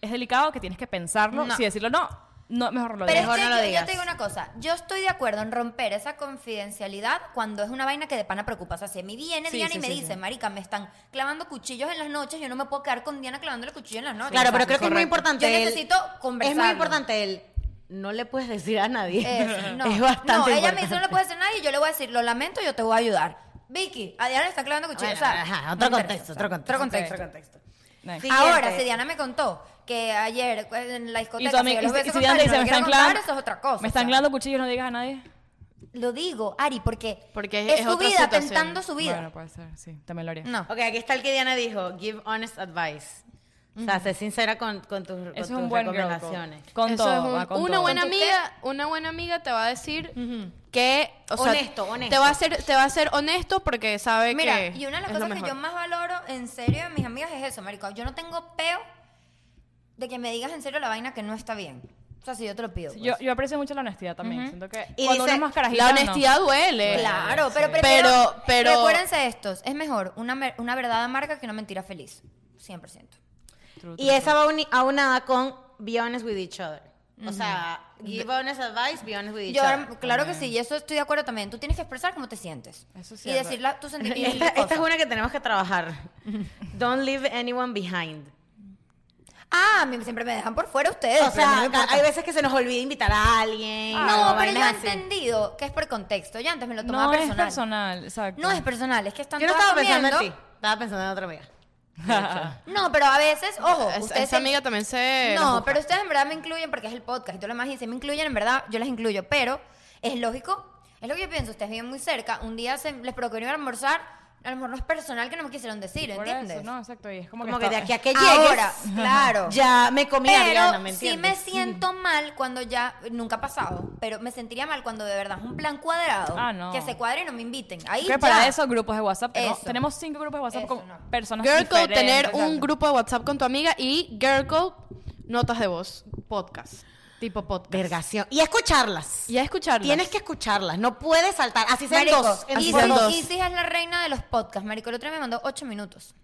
S4: es delicado, que tienes que pensarlo.
S2: No.
S4: Si decirlo no, no mejor lo
S2: Pero es
S4: digas.
S3: Mejor
S2: que
S3: no lo
S2: yo, yo
S3: digas.
S2: te digo una cosa, yo estoy de acuerdo en romper esa confidencialidad cuando es una vaina que de pana preocupa. O sea, si a mí viene
S4: Sí,
S2: Diana
S4: sí,
S2: y me
S4: sí,
S2: dice, marica, me están clavando cuchillos en las noches, yo no me puedo quedar con Diana clavándole cuchillo en las noches.
S3: Claro,
S2: O sea,
S3: pero creo que es muy importante.
S2: Yo
S3: el-
S2: necesito conversar.
S3: Es muy importante el. No le puedes decir a nadie. [laughs]
S2: Es, no,
S3: es bastante
S2: No, ella me
S3: importante.
S2: dice, no le puede hacer nadie, yo le voy a decir, lo lamento, yo te voy a ayudar. Vicky, a Diana le están clavando cuchillos. o
S3: Bueno,
S2: sea,
S3: ajá,
S2: no
S3: otro
S2: me interesa,
S3: contexto,
S2: o sea,
S3: otro contexto.
S2: contexto.
S3: Otro contexto.
S4: Next.
S3: Sí.
S2: Ahora,
S3: Siguiente.
S2: si Diana me contó que ayer pues, en la
S4: Y
S2: discoteca,
S4: tu
S2: si
S4: amiga-
S2: yo
S4: y
S2: los
S4: si-
S2: hubiese
S4: y si
S2: contado
S4: Diana
S2: y
S4: te
S2: no lo
S4: dice, me
S2: quiero
S4: están
S2: contar,
S4: clavando.
S2: eso es otra cosa.
S4: Me
S2: o
S4: están
S2: sea.
S4: clavando cuchillos, no digas a nadie.
S2: Lo digo, Ari, porque,
S1: Porque
S2: es,
S1: es
S2: su
S1: otra
S2: vida,
S1: situación.
S2: tentando su vida.
S4: Bueno, pues, puede ser, sí, también lo haría.
S2: no.
S3: Ok, aquí está el que Diana dijo: give honest advice. O sea, sé sincera con, con tus, con
S4: Eso es
S3: tus
S4: un buen girl
S3: recomendaciones.
S4: code. Con
S1: Eso
S4: todo,
S1: es un-
S4: va con
S1: una
S4: todo.
S1: buena
S2: ¿Con tu
S1: amiga, una buena amiga te va a decir que, o sea,
S3: Honesto, honesto.
S1: te va a ser, te va a ser honesto porque sabe que
S2: Mira, y una de las
S1: es lo
S2: cosas que
S1: mejor.
S2: yo más valoro en serio de mis amigas es eso, marico. Yo no tengo peo de que me digas en serio la vaina que no está bien. O sea, si yo te lo pido.
S4: Sí,
S2: pues.
S4: Yo, yo aprecio mucho la honestidad también. Siento que
S3: Y
S4: cuando uno
S3: dice,
S4: es más carajito,
S1: La
S4: no.
S1: honestidad duele.
S2: Claro, pero,
S4: Sí.
S2: prefiero-
S1: Pero- pero-
S2: Recuérdense estos. Es mejor una, mer- una verdad amarga que una mentira feliz. 100%.
S4: True,
S3: Y
S4: true,
S3: esa va uni- aunada con be honest with each other. O sea, give honest advice, be honest with each
S2: Yo,
S3: other.
S2: claro que sí, y eso estoy de acuerdo también. Tú tienes que expresar cómo te sientes.
S4: Eso es
S2: y
S4: cierto.
S2: decir la- tus sentimientos. y
S3: Esta,
S2: tus
S3: esta es
S2: cosas.
S3: [laughs] una que tenemos que trabajar. Don't leave anyone behind.
S2: Ah, a mí siempre me dejan por fuera ustedes.
S3: O
S2: pero a mí no
S3: sea,
S2: me importa.
S3: hay veces que se nos olvida invitar a alguien. o
S2: No, pero yo he
S3: vainas así.
S2: entendido que es por contexto. Yo antes me lo tomaba
S4: No es
S2: personal.
S4: personal, exacto.
S2: No es personal, es que están
S3: Yo no
S2: todas
S3: estaba pensando en ti.
S2: comiendo.
S3: Estaba pensando en otra amiga.
S2: [laughs] No, pero a veces, ojo,
S1: Es-
S2: ustedes
S1: esa amiga también se... nos
S2: No,
S1: busca.
S2: pero ustedes en verdad me incluyen porque es el podcast y todo lo demás. Y si me incluyen, en verdad, yo las incluyo. Pero es lógico, es lo que yo pienso. Ustedes viven muy cerca. Un día se, les procuró ir a almorzar. A lo mejor no es personal que no me quisieron decir,
S4: Por
S2: ¿entiendes?
S4: eso, no, exacto. Y es como,
S3: Como
S4: que,
S3: que de
S4: está-
S3: aquí a que llegues.
S2: Ahora,
S3: [laughs]
S2: claro.
S3: Ya me comí a Ariana,
S2: pero
S3: ¿me
S2: sí
S3: entiendes?
S2: me siento mal cuando ya, nunca ha pasado, pero me sentiría mal cuando de verdad es un plan cuadrado.
S4: Ah, no.
S2: Que se cuadre y no me inviten. Ahí
S4: Creo que
S2: ya.
S4: para eso grupos de WhatsApp. Tenemos,
S2: Eso.
S4: tenemos cinco grupos de WhatsApp
S2: Eso,
S4: con
S2: no.
S4: personas
S1: Girl Code,
S4: diferentes.
S1: tener un
S2: exacto.
S1: grupo de WhatsApp con tu amiga y Girl Code, notas de voz, podcast, tipo podcast.
S3: Vergación. Y escucharlas.
S1: Y a escucharlas.
S3: Tienes que escucharlas. No puedes saltar. Así sean
S2: Marico,
S3: dos. en
S1: así
S2: Isis-
S1: sean
S3: dos.
S1: dos.
S2: Isis es la reina de los podcasts. Marico, el otro día me mandó ocho minutos.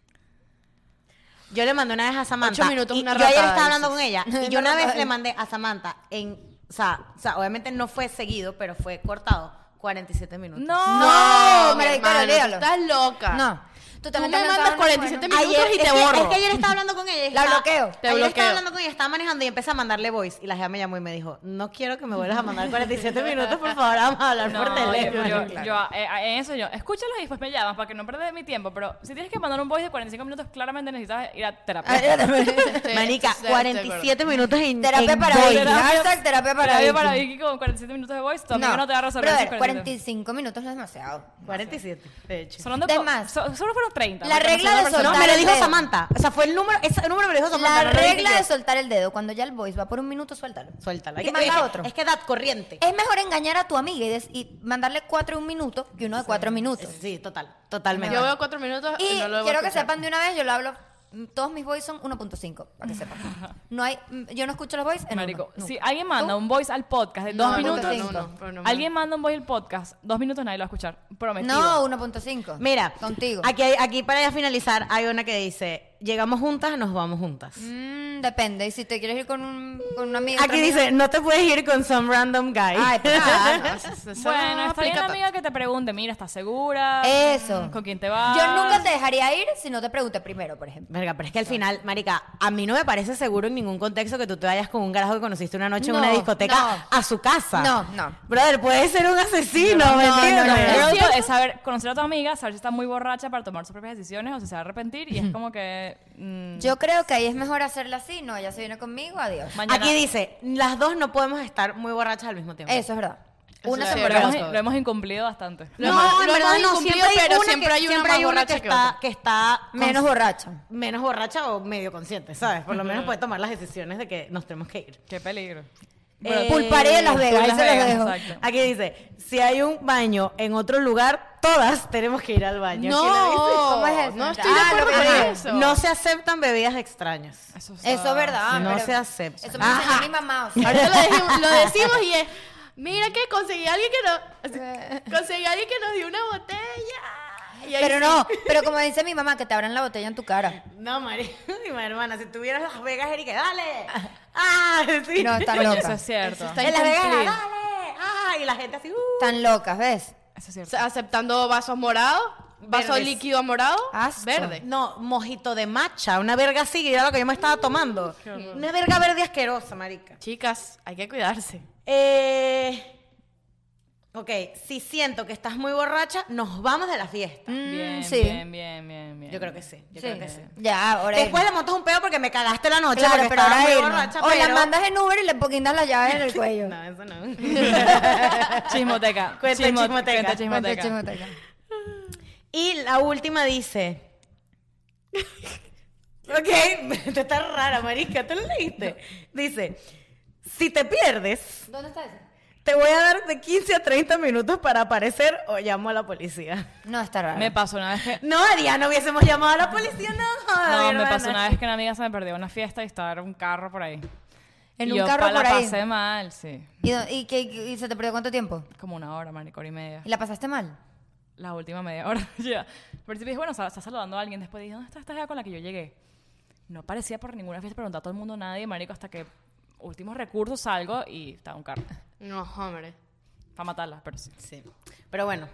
S3: Yo le mandé una vez a Samantha.
S1: Ocho minutos,
S3: y
S1: una
S3: yo ayer
S1: ratada,
S3: estaba hablando con
S1: dices.
S3: ella.
S1: [laughs]
S3: Y yo una
S2: Una
S3: vez
S2: ratada.
S3: le mandé a Samantha en. O sea, o sea, obviamente no fue seguido, pero fue cortado. 47 minutos.
S1: [laughs]
S4: No.
S1: No,
S2: No,
S1: mi
S2: marica,
S1: hermano, tú
S2: olvídalo.
S1: estás
S4: Ah,
S1: loca.
S2: No. Tú
S1: Tú me
S2: también te
S1: mandas
S2: has lanzado unos
S1: 47
S2: buenos.
S1: minutos y
S3: es
S1: te
S3: que-
S1: borro.
S3: Es que ayer estaba hablando
S1: [laughs]
S3: con ella. y
S2: La
S3: estaba-
S2: bloqueo.
S1: Te
S3: ayer
S1: bloqueo.
S3: estaba hablando con ella, estaba manejando y empecé a mandarle voice. Y la jefa me llamó y me dijo, no quiero que me vuelvas a mandar
S1: [laughs]
S3: 47 minutos, por favor, vamos a hablar por
S4: yo-
S3: teléfono. [laughs]
S4: yo, yo, eh, eh, en eso yo, escúchalos y después me llamas para que no pierdas mi tiempo. Pero si tienes que mandar un voice de 45 minutos, claramente necesitas ir a terapia.
S3: Ah,
S4: [laughs]
S1: Estoy-
S3: Manica,
S1: estoy- estoy de acuerdo.
S3: 47 minutos en
S2: Terapia
S3: en
S2: para
S3: voice.
S2: Vicky. Hashtag terapia para
S4: Terapia
S2: Vicky.
S4: para Vicky con 47 minutos de voice, tu amigo no te va a resolver
S2: brother,
S4: esos 45.
S2: 45 minutos no es demasiado.
S3: 47, de hecho.
S4: Sonando
S2: De
S4: co-
S2: más.
S4: so- solo fueron 30.
S2: La
S4: porque no
S2: regla
S4: sé,
S2: de
S4: una persona-
S3: No,
S2: soltar
S3: me lo
S2: el
S3: dijo
S2: dedo.
S3: Samantha. O sea, fue el número, ese número me lo dijo Samantha.
S2: La
S3: no lo dije
S2: regla
S3: yo.
S2: de soltar el dedo, cuando ya el voice va por un minuto, suéltalo.
S3: Suéltala.
S2: Y
S3: Es que-
S2: manda
S3: es que-
S2: otro.
S3: Es que edad corriente.
S2: Es mejor engañar a tu amiga y, des- y mandarle cuatro en un minuto que uno de cuatro minutos.
S3: Sí, total, totalmente.
S1: Yo veo cuatro minutos y,
S2: Y
S1: Ah, no lo voy a
S2: quiero que
S1: escuchar.
S2: sepan de una vez, yo lo hablo. Todos mis voice son 1.5, para que sepan. No hay, mm, yo no escucho los voice en
S4: Marico,
S2: uno, nunca.
S4: si alguien manda
S2: ¿Tú?
S4: un voice al podcast de
S1: No,
S4: dos
S1: no,
S4: minutos,
S1: no, no, no, pero no me-
S4: alguien manda un voice al podcast, dos minutos nadie lo va a escuchar. Prometido.
S2: No, 1.5.
S3: Mira,
S2: Contigo.
S3: Aquí, hay- aquí para ya finalizar hay una que dice, llegamos juntas, nos vamos juntas.
S2: Mm, depende. Y si te quieres ir con un, con un amigo.
S3: Aquí
S2: otro amigo-
S3: dice, no te puedes ir con some random guy.
S2: Ay, pues, ah, no.
S1: Ah, no, eso- eso
S4: Bueno,
S1: no
S4: está bien
S1: aplica
S4: amiga que te pregunte, mira, ¿estás segura? Mm,
S2: Eso.
S4: ¿Con quién te vas?
S2: Yo nunca te dejaría ir si no te pregunté primero, por ejemplo.
S3: [laughs] Verga, pero es que al final, marica, a mí no me parece seguro en ningún contexto que tú te vayas con un garajo que conociste una noche
S2: No,
S3: en una discoteca
S2: no.
S3: a su casa.
S2: No, no.
S3: Brother, puede ser un asesino, ¿me entiendes?
S4: Lo
S2: no,
S4: cierto es saber, conocer a tu amiga, saber si está muy borracha para tomar sus propias decisiones o si se va a arrepentir. Y es como que. mm,
S2: Yo creo que ahí es mejor hacerla así. No, ella se viene conmigo, adiós.
S4: mañana.
S3: Aquí dice, las dos no podemos estar muy borrachas al mismo tiempo.
S2: Eso es verdad.
S1: Eso
S2: Una
S1: es
S2: se
S4: Sí,
S1: verdad.
S4: lo, hemos,
S2: muere.
S3: Pero-
S4: lo hemos incumplido bastante.
S1: Lo hemos- lo hemos incumplido, pero siempre hay una más borracha que
S3: está,
S1: otra.
S3: que está
S2: Menos
S3: cons-
S2: borracha.
S3: menos borracha o medio consciente, ¿sabes? Por lo menos puede tomar las decisiones de que nos tenemos que ir.
S4: Qué peligro.
S3: Eh,
S2: Pulparé de Las Vegas,
S4: Full
S2: ahí
S4: Las
S2: se los
S4: Vegas,
S2: dejo.
S4: exacto.
S3: Aquí dice, si hay un baño en otro lugar, todas tenemos que ir al baño. ¿Quién lo dice?
S1: No,
S2: ¿Cómo es eso?
S1: no estoy de
S2: Ah,
S1: acuerdo
S2: lo
S1: con
S2: que dije.
S1: eso.
S3: No se aceptan bebidas extrañas.
S4: Eso, está-
S2: Eso es verdad.
S3: No
S2: pero-
S3: se acepta.
S2: Eso me dice mi mamá. o sea.
S1: Ahorita lo, decimos, lo decimos y es, mira que conseguí a alguien que
S2: [laughs]
S1: nos, conseguí a alguien que nos dio una botella. Y ahí
S2: Pero
S1: sí.
S2: no, pero como dice mi mamá, que te abran la botella en tu cara.
S3: No, María, [laughs] mi hermana, si tuvieras Las Vegas, Erika, dale. Ah, [laughs] sí.
S2: No, está
S4: Coño,
S2: loca.
S4: Eso es
S1: Eso
S4: cierto. Eso
S1: está
S3: en Las Vegas,
S1: inconcluido.
S3: dale. Ah, y la gente así, uh.
S2: Tan locas, ¿ves?
S4: es cierto.
S1: Se- Aceptando vasos morados, vaso
S3: Verdes.
S1: líquido morado,
S2: Asco.
S1: verde.
S3: No, mojito de matcha, una verga así, que era lo que yo me estaba tomando. Una verga verde asquerosa, marica.
S1: Chicas, hay que cuidarse.
S3: Eh, ok, si siento que estás muy borracha, nos vamos de la fiesta.
S2: Mm,
S4: Bien,
S2: sí.
S4: bien, bien, bien, bien.
S3: Yo creo que sí, yo creo que sí.
S2: Ya, ahora
S3: Después
S2: irnos.
S3: le montas un pedo porque me cagaste la noche
S2: Claro,
S3: porque
S2: pero
S3: estabas
S2: ahora
S3: muy
S2: irnos.
S3: borracha,
S2: O la
S3: pero-
S2: mandas en Uber y le poquitas la llave en el cuello.
S3: [laughs] No, eso no. [laughs]
S4: Ah, Chismoteca.
S3: Cuenta
S4: Chismo-
S3: chismoteca.
S4: cuenta
S2: Cuenta
S4: chismoteca.
S2: chismoteca.
S3: Y la última dice. [laughs] ok, [laughs] te está rara, Marisca, ¿te lo leíste? Dice: Si te pierdes,
S2: ¿Dónde está ese?
S3: te voy a dar de 15 a 30 minutos para aparecer o llamo a la policía.
S2: No, está raro.
S4: Me pasó una vez que.
S3: No, Diana, hubiésemos llamado a la policía, no. joder,
S4: No, me
S3: hermana.
S4: pasó una vez que una amiga se me perdió en una fiesta y estaba en un carro por ahí.
S2: En
S4: Y
S2: un
S4: yo
S2: carro
S4: pa-
S2: por
S4: la
S2: ahí.
S4: pasé mal, sí.
S2: ¿Y, do- y, qué- y se te perdió cuánto tiempo?
S4: Como una hora, marico, hora y media.
S2: ¿Y la pasaste mal?
S4: La última media hora. [laughs] yo, al principio dije, bueno, sa- está saludando a alguien. Después dije, ¿dónde está esta idea con la que yo llegué? No parecía por ninguna fiesta preguntar a todo el mundo, nadie, marico, hasta que últimos recursos salgo y estaba un carro. [laughs]
S1: No, hombre.
S4: Para matarla, pero sí.
S3: Sí. Pero bueno,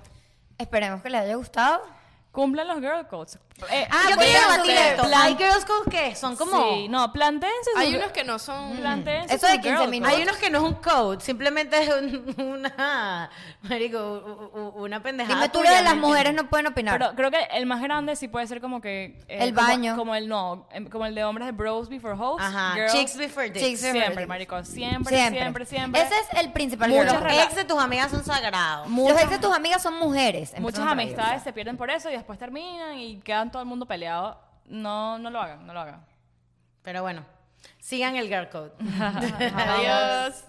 S2: Esperemos que les haya gustado.
S4: Cumplan los girl codes. Eh,
S2: Ah,
S3: Yo
S2: voy
S3: quiero
S2: a
S3: debatir
S2: hacer
S3: esto.
S2: plan-
S3: ¿Hay girls code qué? Son como...
S4: Sí, no, planteense sus-
S1: Hay unos que no son.
S4: planteense
S2: Eso
S4: sus
S2: de 15
S4: girl
S2: minutos.
S4: codes.
S3: Hay unos que no es un code, simplemente es un- una... Marico, u- u- una pendejada
S2: Dime tú lo
S3: tuya,
S2: de las
S3: ¿me
S2: mujeres
S3: entiendes?
S2: no pueden opinar.
S4: Pero creo que el más grande sí puede ser como que... eh,
S2: El
S4: como-
S2: baño.
S4: Como el no, em, como el de hombres de bros before hoes.
S3: Ajá,
S4: girls-
S3: chicks before dicks.
S2: Chicks before
S4: Siempre,
S2: dicks.
S4: marico. Siempre, siempre, siempre.
S2: Ese es el principal
S4: Muchas
S2: error.
S3: Los ex de tus amigas son sagrados.
S2: Los ex de tus amigas son mujeres.
S4: Muchas
S2: empezando por ahí, o sea.
S4: amistades se pierden por eso y después terminan y quedan todo el mundo peleado. No, no lo hagan, no lo hagan.
S3: [laughs] Pero bueno, sigan el girl code.
S1: Adiós.